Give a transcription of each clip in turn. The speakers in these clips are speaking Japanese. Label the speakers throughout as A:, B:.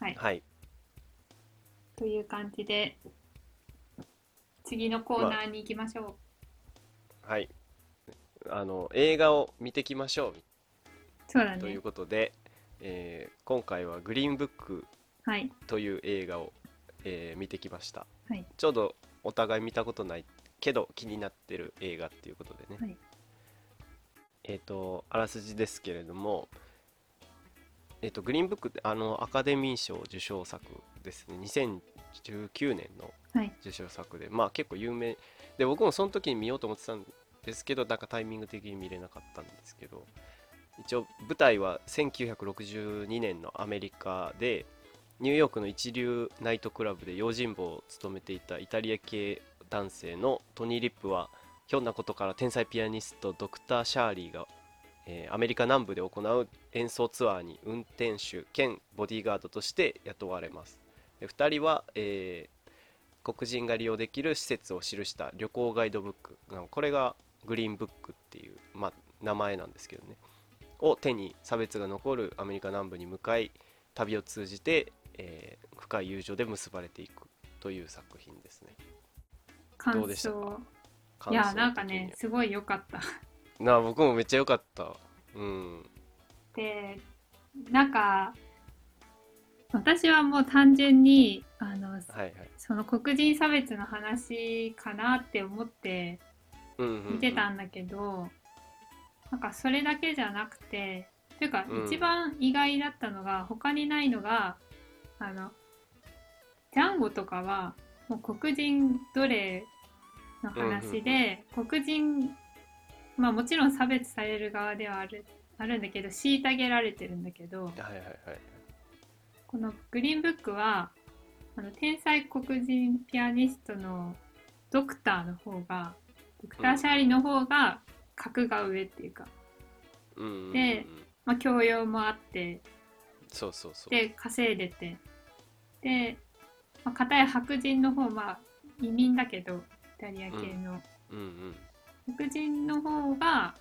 A: はい。
B: はい。
A: という感じで、次のコーナーに行きましょう。
B: はい。あの、映画を見てきましょ
A: そうだ
B: うとい
A: ね
B: う。ことで、えー今回はグリーンブック
A: はい。
B: という映画を、えー見てきました。
A: はい
B: ちょうどお互い見たことないけど気になってる映画っていうことでね。
A: はい
B: えっと、あらすじですけれども、えっと、グリーンブックってあのアカデミー賞受賞作ですね。2019年の
A: はい。
B: 受賞作でまあ結構有名で僕もその時に見ようと思ってたんですけどなんかタイミング的に見れなかったんですけど一応舞台は1962年のアメリカでニューヨークの一流ナイトクラブで用心棒を務めていたイタリア系男性のトニー・リップはひょんなことから天才ピアニストドクター・シャーリーが、えーアメリカ南部で行う演奏ツアーに運転手兼ボディーガードとして雇われます。で2人は、えー黒人が利用できる施設を記した旅行ガイドブックあのこれがグリーンブックっていう、まあ、名前なんですけどねを手に差別が残るアメリカ南部に向かい旅を通じて、えー深い友情で結ばれていくという作品ですね
A: 感
B: どうでした
A: 想。い
B: 感
A: や、
B: 想
A: なんか
B: 的には
A: ね、すごい良かった。
B: なあ僕もめっちゃ良かったうん
A: で、なんか、私はもう単純に、あの、
B: はいはい
A: その黒人差別の話かなって思って
B: うんうんうん
A: 見てたんだけど、なんかそれだけじゃなくてというか
B: うん
A: 一番意外だったのが、他にないのがあのジャンゴとかはもう黒人奴隷の話で、黒人まあもちろん差別される側ではあるあるんだけど虐げられてるんだけど。
B: はいはいはい
A: このグリーンブックはあの天才黒人ピアニストのドクターの方がドクター・シャーリーの方が格が上っていうか、
B: うんうんうん
A: でまあ、教養もあって
B: そうそうそう
A: で稼いでてで、まあ、片や白人の方まあ移民だけどイタリア系の、
B: うんうん
A: 黒人の方が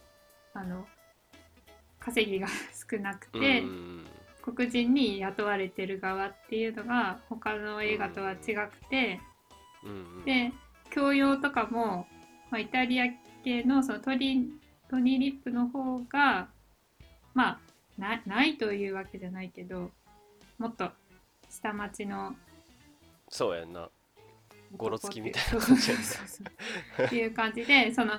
A: あの稼ぎが少なくて、
B: うんうん
A: 黒人に雇われてる側っていうのが他の映画とは違くて、
B: うんうんうん
A: で教養とかも、まあ、イタリア系のそのトリトニー・リップの方がまあなないというわけじゃないけどもっと下町の
B: そうやんなゴロつきみたいな
A: 感
B: 感じやね
A: っていう感じでその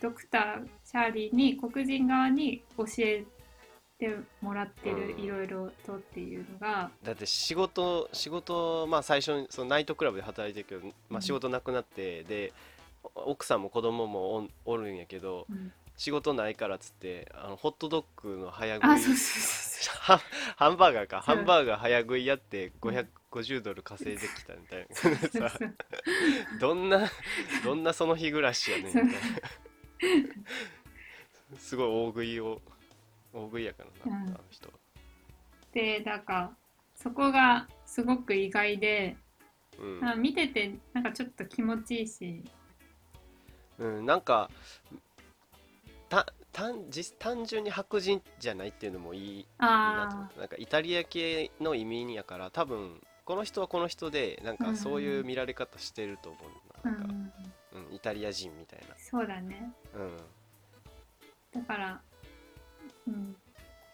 A: ドクターシャーリーに黒人側に教えてもらってる
B: うん
A: いろいろとっていうのが、
B: だって仕事仕事まあ最初にそのナイトクラブで働いてるけど、
A: う
B: ま
A: ん
B: あ、仕事なくなって、でお奥さんも子供もおんおるんやけど
A: うん
B: 仕事ないからっつってあのホットドッグの早食い
A: あそうそうそうそ
B: ハンハンバーガーか
A: そ
B: ハ
A: う
B: ンバーガー早食いやって
A: うん
B: 550ドル稼いできたみたいな
A: う
B: さ
A: そう
B: どんなどんなその日暮らしやねんみたいなすごい大食いを大食いやからな、
A: うん
B: あの人は
A: でなんかそこがすごく意外で、
B: うん
A: なんか見ててなんかちょっと気持ちいいし、
B: うん、なんかた単実単純に白人じゃないっていうのもいいいいなと思っ
A: あ
B: てなんかイタリア系の移民やから多分この人はこの人でなん
A: うんう
B: か
A: ん
B: そういう見られ方してると思う
A: あ、う
B: ななんか、
A: ん、
B: うん、イタリア人みたい
A: そうだね。
B: な、うん、
A: だから、うん、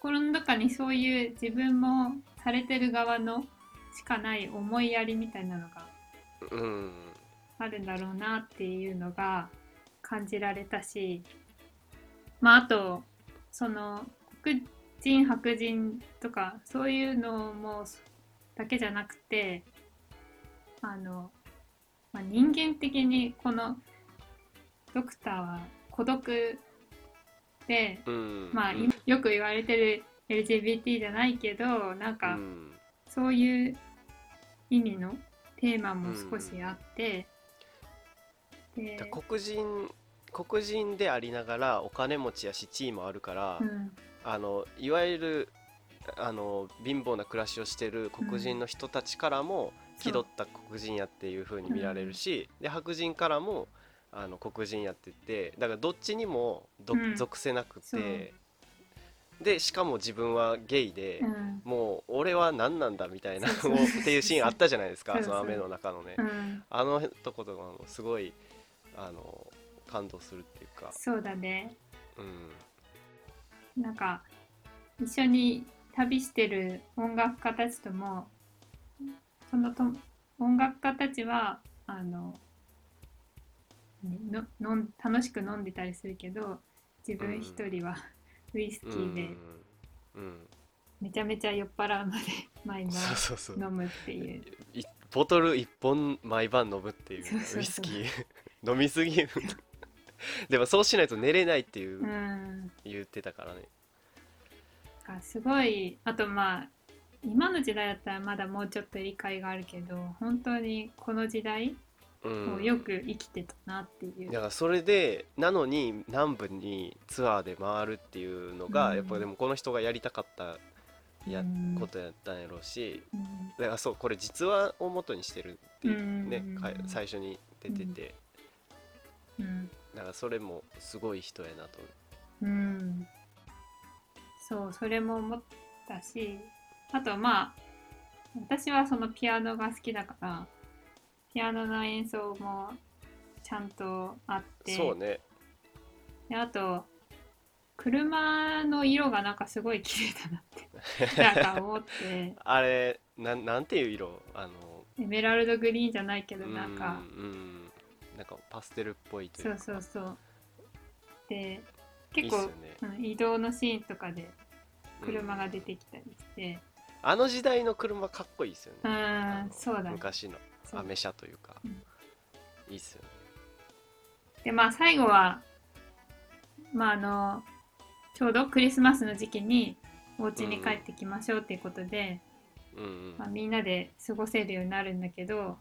A: 心の中にそういう自分もされてる側のしかない思いやりみたいなのが
B: うん、
A: あるんだろうなっていうのが感じられたし、まああとその黒人白人とかそういうのもだけじゃなくてあの、まあ、人間的にこのドクターは孤独で、
B: うん、
A: まあ、
B: う
A: い
B: ん
A: よく言われてる LGBT じゃないけどなんか、
B: うん
A: そういう意味のテーマも少しあって、で
B: だから黒人黒人でありながらお金持ちやし地位もあるから、
A: うん
B: あのいわゆるあの貧乏な暮らしをしてる黒人の人たちからも
A: そう
B: 気取った黒人やっていう風に見られるし、で白人からもあの黒人やっててだからどっちにもど
A: うん
B: 属せなく
A: そう
B: て、でしかも自分はゲイで、
A: うん
B: もう俺は何なんだみたいな
A: そうそう
B: もうっていうシーンあったじゃないですか
A: そう
B: そ
A: そう
B: の雨の中のね、
A: うん、
B: あのとことかもすごいあの感動するっていうか、
A: そうだね
B: うん、
A: なんか一緒に旅してる音楽家たちともそのと音楽家たちはあのののん楽しく飲んでたりするけど自分一人はウイスキ
B: うん
A: ーで
B: うん
A: めちゃめちゃ酔っ払うまで毎晩
B: そうそうそう
A: 飲むっていう
B: いボトル1本毎晩飲むっていう
A: そうそうそう
B: ウイスキー 飲みすぎる でもそうしないと寝れないっていう、
A: うん
B: 言ってたからね
A: がすごいあとまあ今の時代だったらまだもうちょっと理解があるけど本当にこの時代
B: うん
A: をよく生きてたなっていう、
B: だからそれでなのに南部にツアーで回るっていうのが、
A: うん
B: やっぱでもこの人がやりたかったや、
A: うん
B: ことやったんやろうし
A: うん
B: だからそうこれ実話を元にしてるっていうね、
A: うん
B: か最初に出てて、
A: うん
B: だからそれもすごい人やなと
A: うん、そうそれも思ったしあとまあ私はそのピアノが好きだからピアノの演奏もちゃんとあって
B: そうね
A: であと車の色がなんかすごい綺麗だなっ てなんか思って
B: あれなんなんていう色あの
A: エメラルドグリーンじゃないけど
B: うん
A: なんか
B: うんなんかパステルっぽいとい
A: そうう
B: か
A: そうそうで
B: いい
A: 結
B: っす
A: 構
B: よね
A: うん移動のシーンとかで車が出
B: うん
A: てきたりして
B: あの時代の車かっこいいですよね
A: う
B: あ
A: ん
B: の
A: そうだね
B: 昔の
A: そう
B: アメ車というか、
A: うん
B: いいっすよね
A: でまあ最後はまああのちょうどクリスマスの時期にお家に帰ってきましょうっていうことで、
B: うんうん
A: まあ、みんなで過ごせるようになるんだけど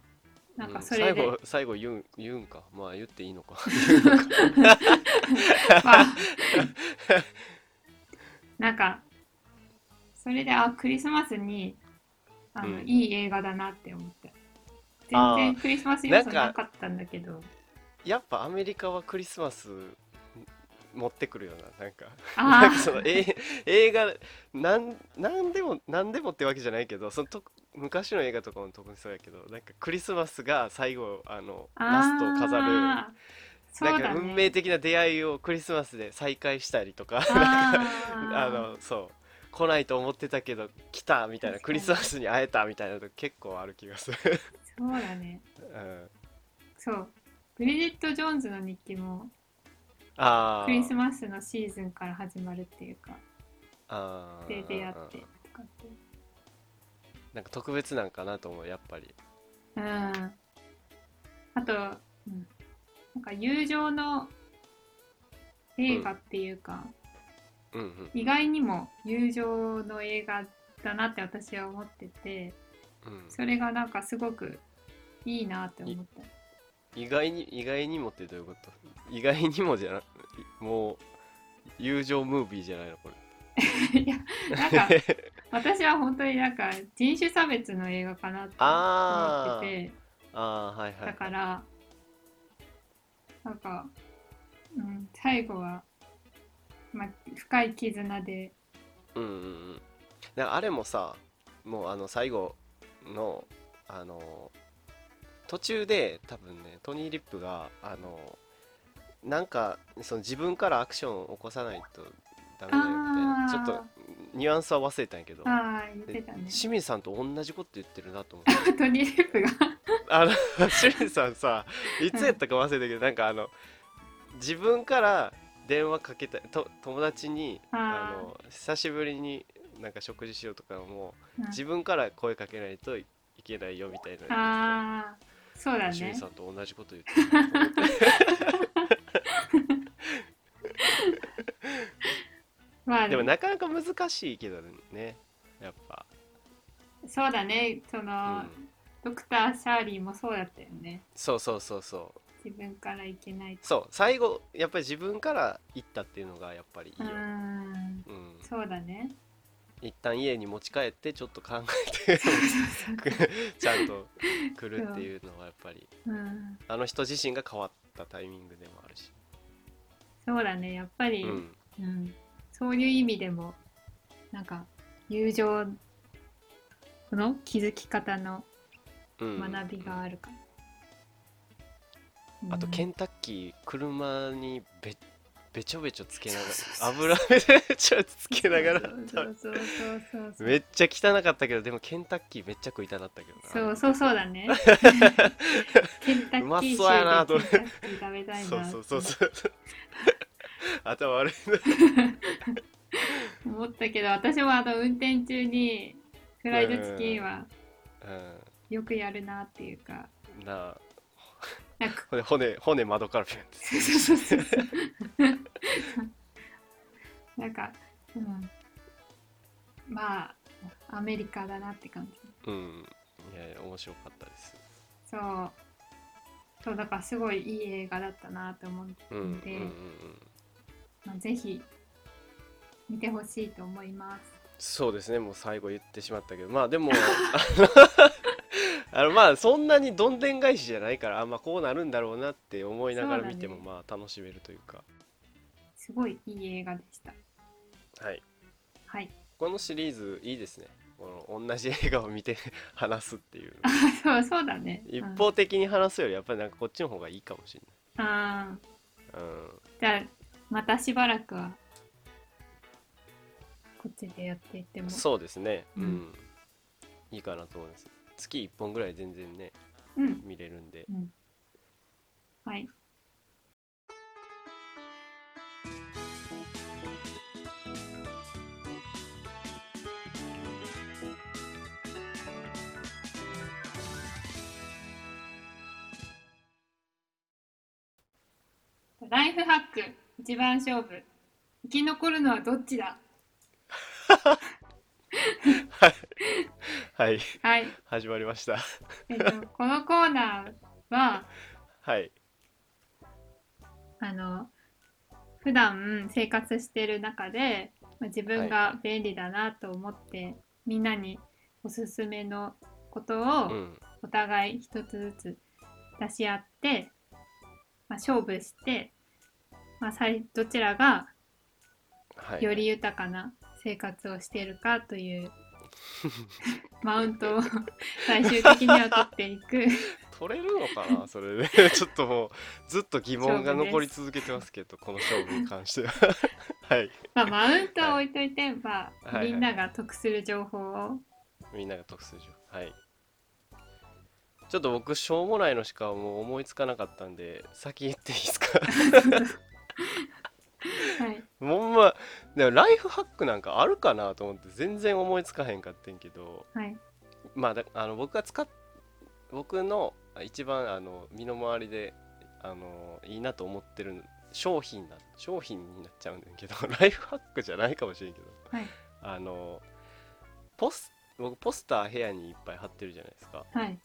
A: なん
B: う
A: か
B: ん
A: それで、
B: 最後最後言うん言うんかまあ言っていいのか
A: まあ なんかそれであクリスマスにあの、
B: うん
A: いい映画だなって思って
B: あー
A: 全然クリスマス要素なかったんだけど
B: やっぱアメリカはクリスマス持ってくるよななんか
A: あ
B: なんかその
A: ー
B: え映画なんなんでもなんでもってわけじゃないけどそのと昔の映画とかも特にそうやけどなんかクリスマスが最後あのラストを飾る
A: あー
B: な
A: そ
B: ん
A: う
B: か
A: だ、ね、
B: 運命的な出会いをクリスマスで再会したりとかなんか あ
A: あー
B: のそう来ないと思ってたけど来たみたいな
A: 確
B: ク
A: かに
B: リスマスに会えたみたいなの結構ある気がする、
A: そうだね
B: うん、
A: そうブリジット・ジョーンズの日記も
B: あー
A: クリスマスのシーズンから始まるっていうか
B: あ
A: で
B: ー
A: 出会ってとかって
B: なんか特別なんかなと思うやっぱり
A: うんあと、うん、なんか友情の映画っていうか、
B: うんうん
A: 意外にも友情の映画だなって私は思ってて
B: うん
A: それがなんかすごくいいなって思った
B: 意外に意外にもってどういうこと意外にもじゃないもう友情ムービーじゃないのこれ
A: いやなん か 私は本当になんか人種差別の映画かなって思
B: あ
A: ってて。
B: ああはいはい
A: だから、なんか、うん、最後は、まあ、深い絆で、
B: うんうんうんなんかあれもさもうあの最後のあの途中で多分ねトニー・リップがあのなんかその自分からアクションを起こさないとダメだよ
A: あ
B: み
A: ー
B: たいなちょっとニュアンスは忘れたんやけど
A: ああ、言ってたね
B: で。清水さんと同じこと言ってるなと思って
A: トニー・リップが
B: あの 清水さんさいつやったか忘れたけどなんかあの自分から電話かけたと友達にあ
A: あー
B: の久しぶりになんか食事しようとかも
A: うん
B: 自分から声かけないといけないよみたいな
A: ああ、そうだ
B: 清
A: ね
B: 水。さんと同じこと言 ってる
A: まあ、
B: でもなかなか難しいけどねやっぱ、
A: そうだね。そうの、
B: ん、
A: ドクター・シャーリーもそうだったよね。
B: そうそうそうそう
A: 自分からいけない。
B: そう最後やっぱり自分から行ったっていうのがやっぱりいいう
A: ん、
B: よ、うん、
A: そうだね。
B: 一旦家に持ち帰ってちょっと考えてちゃんと来るっていうのはやっぱり
A: うん、
B: あの人自身が変わったタイミングでもあるし、
A: そうだね。やっぱり、
B: うん、
A: うん、そういう意味でもなんか友情の築き方の
B: うん
A: 学びがあるかも、
B: あとケ
A: けん
B: ンタッキー車にべべちょべちょつけなが
A: そうそう
B: ら
A: そう
B: 油べちょつけながら
A: そ
B: 食
A: うそうそうそう
B: べ
A: そう
B: めっちゃ汚かったけどでもケンタッキーめっちゃ食いたなったけどな
A: そうそうそうだねケンタ
B: うま
A: ッキー
B: そうやなと
A: 州
B: 思
A: で
B: っ
A: ケ
B: て
A: ンタッキー食べたいな
B: そうそうそうそう 頭悪いな
A: 思ったけど私もあの運転中にフライドチキンはよくやるなっていうか
B: うんな あ
A: なんか
B: 骨骨骨窓からピュンって
A: そうそうそうそうなんか、うん、まあアメリカだなって感じ
B: うんいやいや面白かったです
A: そうそうだからすごいいい映画だったなと思って、
B: うんうんうんうん
A: まあ、ぜひ見てほしいと思います
B: そうですねもう最後言ってしまったけどま あでもあのあのまあそんなにどんでん返しじゃないからあまあこうなるんだろうなって思いながら見ても
A: そうだ
B: まあ楽しめるというか
A: すごいいい映画でした
B: はい
A: はい
B: このシリーズいいですねこの同じ映画を見て 話すっていう
A: あそうそうだね
B: 一
A: うん
B: 方的に話すよりやっぱりなんかこっちの方がいいかもしれ
A: あー
B: ないうん
A: じゃあまたしばらくはこっちでやっていっても
B: そうですねう、
A: うんん
B: いいかなと思います月1本ぐらい全然ね
A: う、うん
B: 見れるんで
A: うん、はいライフハック一番勝負生き残るのはどっちだ
B: はい
A: はい、
B: 始まりました
A: えっと、このコーナーは
B: はい
A: あの普段生活してる中でまあ自分が便利だなと思って、みんなにおすすめのこと
B: う
A: を
B: ん
A: お互い一つずつ出し合って、まあ、勝負して、まあ、最どちらが
B: はい
A: より豊かな生活をしているかと いうマウントを 最終的には取っていく
B: 取れるのか なそれでちょっともうずっと疑問が残り続けてますけどこの勝負に関しては はい
A: まあマウントを置いといて、ま
B: はい
A: あ、
B: はい
A: みんなが得する情報を
B: みんなが得する情はいちょっと僕しょうもないのしかもう思いつかなかったんで先言っていいですか
A: はい、
B: もうまでもライフハックなんかあるかなと思って全然思いつかへんかってんけど
A: はい、
B: まあだあの僕が使っ僕の一番あの身の回りであのいいなと思ってる商品だ商品になっちゃうんだけど ライフハックじゃないかもしれんけど
A: はい、
B: あのポス僕ポスター部屋にいっぱい貼ってるじゃないですか
A: はい、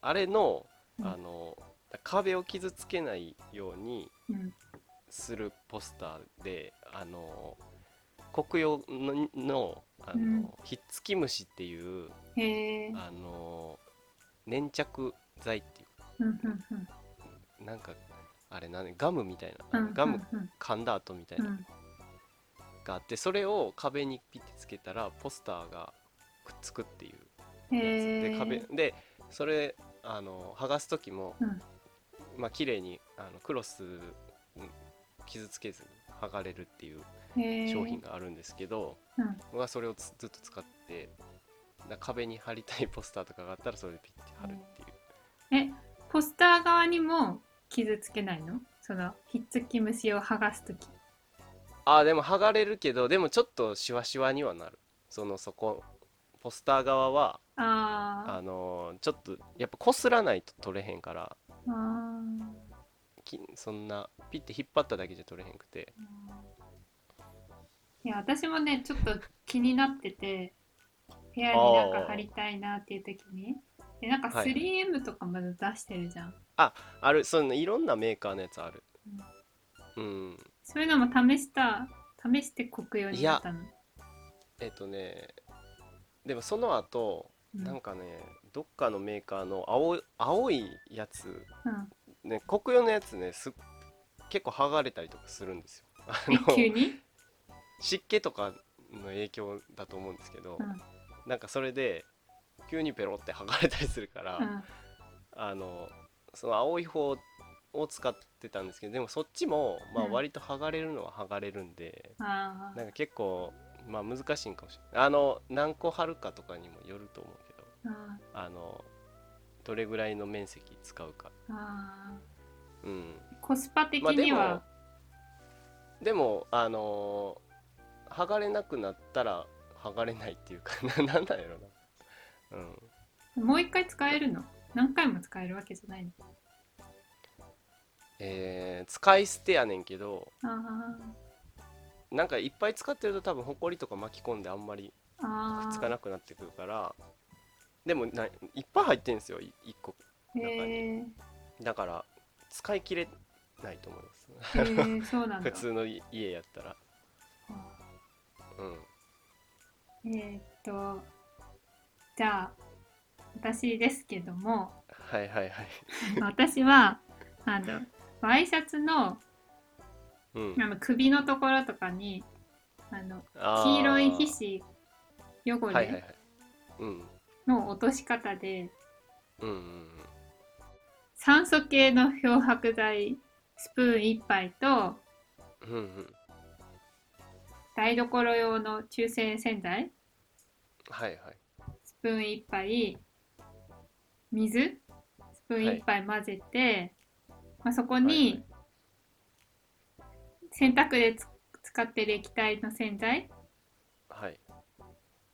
B: あれの
A: うん
B: あの、壁を傷つけないように
A: うん、
B: するポスターであの黒曜ののあの、
A: うん
B: ひっつき虫っていう
A: へえ、
B: あの粘着剤ってい
A: うんうんうん
B: うなんかあれ何ガムみたいな、
A: うん、
B: ガム
A: うん
B: 噛んだ後みたい
A: うん、
B: なのがあって、それを壁にピッてつけたらポスターがくっつくっていう
A: うん、
B: やつ
A: へ
B: で
A: え、
B: 壁でそれあの剥がす時も、
A: うん
B: まあ綺麗にあのクロスうん傷つけずに剥がれるっていう
A: へー
B: 商品、があるんですけど、
A: うん、
B: 僕はそれをつずっと使ってな壁に貼りたいポスターとかがあったらそれでピッて貼るっていう。
A: え、ポスター側にも傷つけないの？そのひっつき虫を剥がすとき。
B: あーでも剥がれるけどでもちょっとシワシワにはなるそのそこポスター側は
A: あ
B: あのーちょっとやっぱこすらないと取れへんから
A: ーあー、
B: きそんなピッて引っ張っただけじゃ取れへんくて
A: いや私もねちょっと気になってて、部屋になんか貼りたいなっていうときに、でなんか
B: はい
A: 3M とかまだ出してるじゃん。
B: あるそのいろんなメーカーのやつある
A: うん
B: うん
A: そういうのも試した試して黒曜になったの。
B: えっとねでもその後
A: うん
B: なんかねどっかのメーカーの青い青いやつ
A: うん
B: ね黒用のやつねす結構剥がれたりとかするんですよあ
A: え
B: の
A: 急に
B: 湿気とかの影響だと思うんですけど、
A: うん
B: なんかそれで急にペロって剥がれたりするから、
A: うん
B: あのその青い方を使ってたんですけどでもそっちもまあ
A: うん
B: 割と剥がれるのは剥がれるんで、
A: あ
B: なんか結構まあ難しいんかもしれないあの何個貼るかとかにもよると思うけど
A: ーあ
B: あのどれぐらいの面積使うか
A: ーあ
B: うん
A: ーコスパ的
B: まあで
A: に
B: も
A: は、
B: でもあのー剥がれなくなったら剥がれないっていうか ななんなんやろなうん
A: もう一回使えるの何回も使えるわけじゃないの
B: えー使い捨てやねんけど
A: あ
B: なんかいっぱい使ってると多分ほこりとか巻き込んであんまり
A: ーあ
B: くっ
A: ー
B: つかなくなってくるからでもないっぱい入ってんですよ1個
A: へえ
B: だから使い切れないと思います
A: へ ー、そうなんだ
B: 普通のい家やったら
A: あ
B: うん
A: ーえーっとじゃあ私ですけど も
B: はいはいはい
A: 私はあのワイシャツの
B: うん
A: あの首のところとかにあの
B: あー
A: 黄色い皮脂汚
B: はいはいは
A: れ
B: いうん
A: の落とし方で
B: うんうんうん
A: 酸素系の漂白剤スプーン1杯と
B: うんうん
A: 台所用の中性洗剤
B: はいはい
A: スプーン1杯水スプーン1杯混ぜて、まあ、そこに洗濯でつ使ってる液体の洗剤
B: はい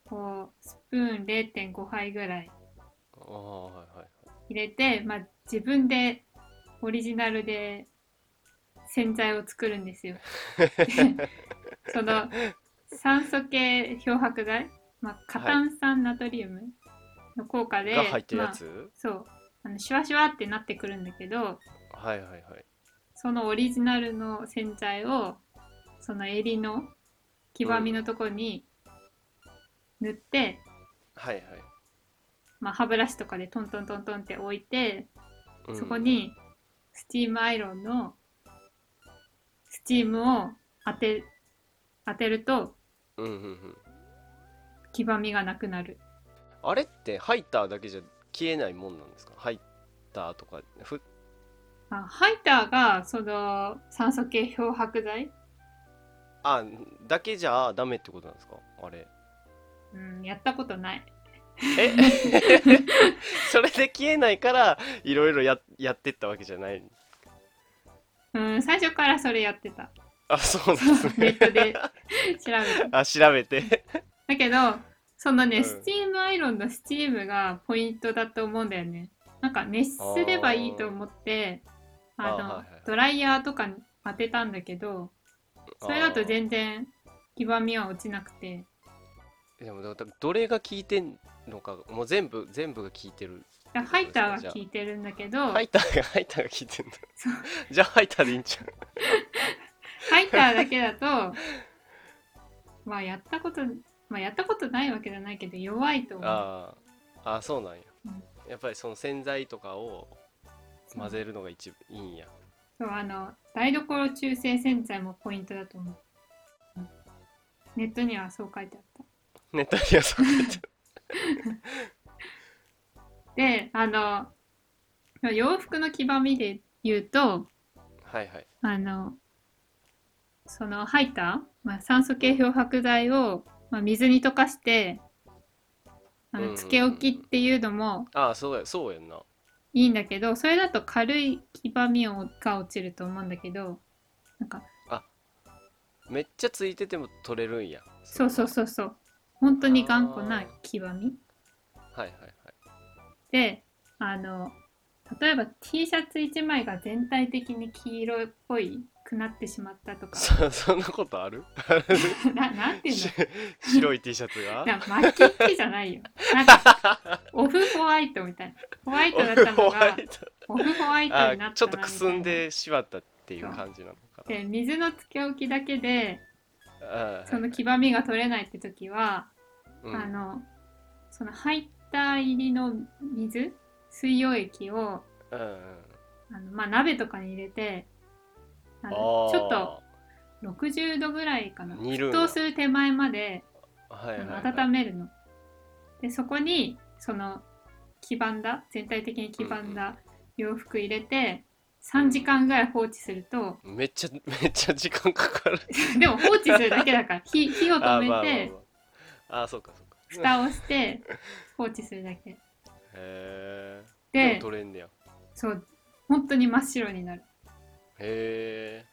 A: をスプーン0.5杯ぐらい
B: ああはいはい
A: 入れて、まあ、自分でオリジナルで洗剤を作るん ですよ。その酸素系漂白剤、まあ、過炭酸ナトリウムの効果で、
B: が入ってるや
A: まあ、
B: つ、
A: そうあのシュワシュワってなってくるんだけど
B: はいはいはい
A: そのオリジナルの洗剤をその襟の黄ばみのところに塗って、
B: はいはい、
A: まあ、歯ブラシとかでトントントントンって置いて
B: うん
A: そこにスチームアイロンのスチームを当て当てると
B: うんうんうん
A: 黄ばみがなくなる。
B: あれってハイターだけじゃ消えないもんなんですかハイターとかふ
A: あハイターがその酸素系漂白剤、
B: あだけじゃダメってことなんですかあれ
A: うん、やったことない。
B: え それで消えないからいろいろややってったわけじゃない
A: うん、最初からそれやって た。
B: あそうな んです
A: ネ
B: ね
A: ットで調べ た。
B: あ調べて
A: だけど、そのね、
B: うん
A: スチームアイロンのスチームがポイントだと思うんだよね。なんか熱すればいいと思って、
B: あー
A: あ
B: あー
A: の
B: はいはい
A: ドライヤーとかに当てたんだけど、それだと全然黄ばみは落ちなくて、
B: あーでもだからどれが効いてんのかもう全部全部が効いてる
A: だからハイター
B: じ
A: が
B: ゃあ
A: 効いてるんだけど、
B: ハイターがハイターが効いてんだ
A: そう
B: じゃあハイターでいいんちゃう
A: ハイターだけだ と、まあやったこと、まあやったことないわけじゃないけど弱いと思う。
B: あーあーそうなんや
A: うん
B: やっぱりその洗剤とかを
A: そう
B: 混ぜるのが一番いいんや
A: そうあの台所中性洗剤もポイントだと思う、うんネットにはそう書いてあっ
B: ネットには そう書いて
A: たであの洋服の黄ばみで言うと
B: あるはいはい
A: あのそのハイター、まあ、酸素系漂白剤を、まあ、水に溶かしてあ
B: うんうんう
A: の
B: ん
A: つけ置きっていうのも
B: ああそうやそうやんない
A: いんだけどそれだと軽い黄ばみをが落ちると思うんだけどなんか
B: めっちゃついてても取れるんや
A: そうそうそうそう本当に頑固な黄ばみ
B: うはいはいはい
A: であの例えば T シャツ1枚が全体的に黄色っぽいくなってしまったと か
B: そそんなことある
A: ななんていう
B: し
A: の
B: 白い T シャツが
A: な巻きってじゃないよなんかオフホワイトみたいなホワイトだった
B: ホ
A: の
B: ワ
A: が
B: イト
A: オフホワイトにな
B: あ
A: ったな
B: ちょっとくすん
A: み
B: でしまったっていう感じなのか
A: たいなで水のつけ置きだけで
B: なあーはい
A: その黄ばみが取れないって時は、
B: うん
A: あのその入った入りの水水溶液を
B: うんうん
A: あの、まあ、鍋とかに入れてあ
B: あ
A: の
B: ー
A: ちょっと60度ぐらいかな
B: 煮
A: 沸
B: るん
A: 騰
B: や
A: する手前まで
B: はいはい、はい、
A: 温めるの。でそこにその黄ばんだ全体的に黄ばん
B: うんう
A: だ洋服入れて3時間ぐらい放置すると
B: めっちゃ めっちゃ時間かかる
A: でも放置するだけだ から火火を
B: あ
A: 止
B: まあまあまあ
A: めて
B: まああそうかそうか
A: 蓋をして放置するだけ
B: へ えで
A: で
B: も取れんねや
A: そう本当に真っ白になる
B: へえ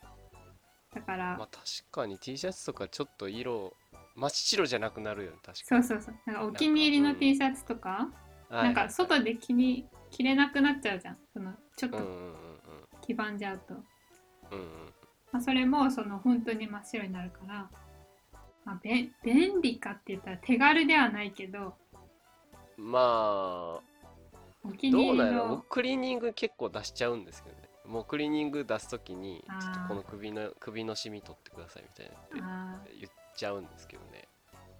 A: だから、
B: まあ確かに T シャツとかちょっと色真っ白じゃなくなるよね確か
A: そう
B: に
A: そうそうなんかお気に入りの T シャツとか
B: はい
A: なんか外で気に着れなくなっちゃうじゃんそのちょっ
B: うんうんう
A: と
B: ん
A: 黄ばんじゃうと、
B: うんうん
A: まあ、それもその本当に真っ白になるから、まあ、べ便利かって言ったら手軽ではないけど
B: うんまあ
A: お気に
B: どう
A: 入
B: な
A: り
B: んやろ僕
A: の
B: クリーニング結構出しちゃうんですけどねもうクリーニング出す時に
A: あー
B: ちょっとこの首の首のシミ取ってくださいみたいな
A: あ
B: って言っちゃうんですけどね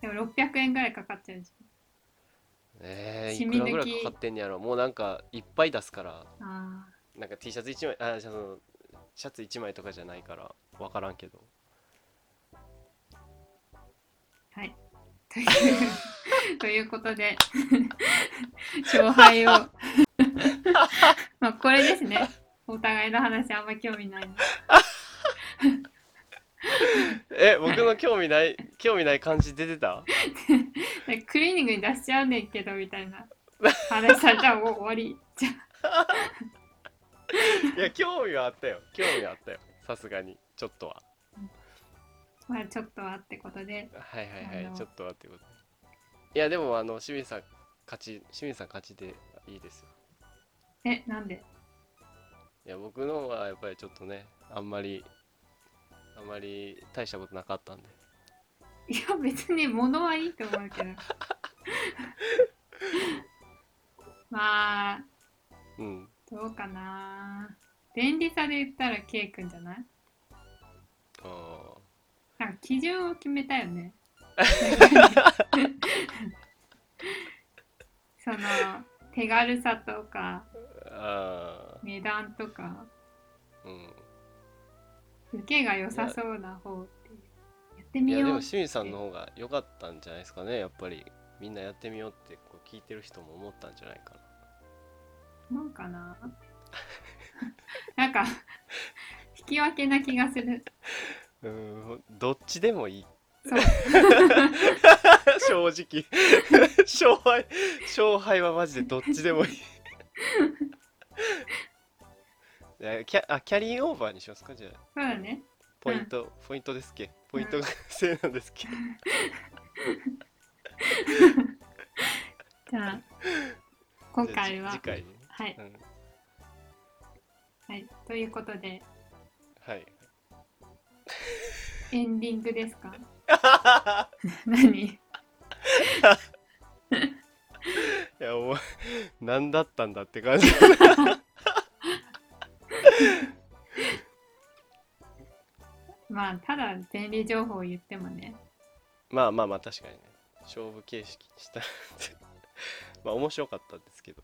A: ーでも600円ぐらいかかっちゃうじ
B: えー、
A: シ
B: い
A: ミ
B: く
A: 抜
B: ら
A: き
B: ぐらいかかってんねやろもうなんかいっぱい出すから
A: ゃんあ
B: なんか T シャツ1枚あシャツシャツ1枚とかじゃないから分からんけど
A: ーはいという ということで 勝 敗をまあこれですねお互いの話あんま興味ないの
B: え僕の興味ない興味ない感じ出てた
A: でクリーニングに出しちゃうねんけどみたいな話されたらもう終わりじゃあ
B: いや興味はあったよ興味はあったよさすがにちょっとは
A: まあちょっとはってことで
B: はいはい
A: あ
B: は
A: の
B: いちょっとはってこといやでもあの清水さん勝ち清水さん勝ちでいいですよ
A: えなんで
B: いや僕の方はやっぱりちょっとねあんまりあんまり大したことなかったんで
A: いや別に物はいいと思うけど まあ
B: うん
A: どうかな便利さで言ったら K 君じゃない
B: あ
A: なんか基準を決めたよね その手軽さとか
B: ーあ
A: 値段とか
B: ーうん
A: 受けが良さそうな方っていうやってみ
B: いやで
A: よ
B: も
A: う
B: 清水さんの方が良かったんじゃないですかねやっぱりみんなやってみようってこう聞いてる人も思ったんじゃないかな
A: なんかな なんか引き分けな気がする
B: うーんどっちでもいい
A: そう
B: 正直 勝敗勝敗はマジでどっちで もいいいやキャあキャリーオーバーにしますかじゃあ
A: そうだね
B: ポイント、ポイントですっけポイントがせいなんですっけ
A: じゃあ今回は
B: じゃあじ次回にね、
A: はい、
B: うん、
A: はい、ということで
B: はい
A: エンディングですか 何
B: いやお前何だったんだって感じ
A: まあただ便利情報を言ってもね
B: まあまあまあ確かにね勝負形式したまあ面白かったですけど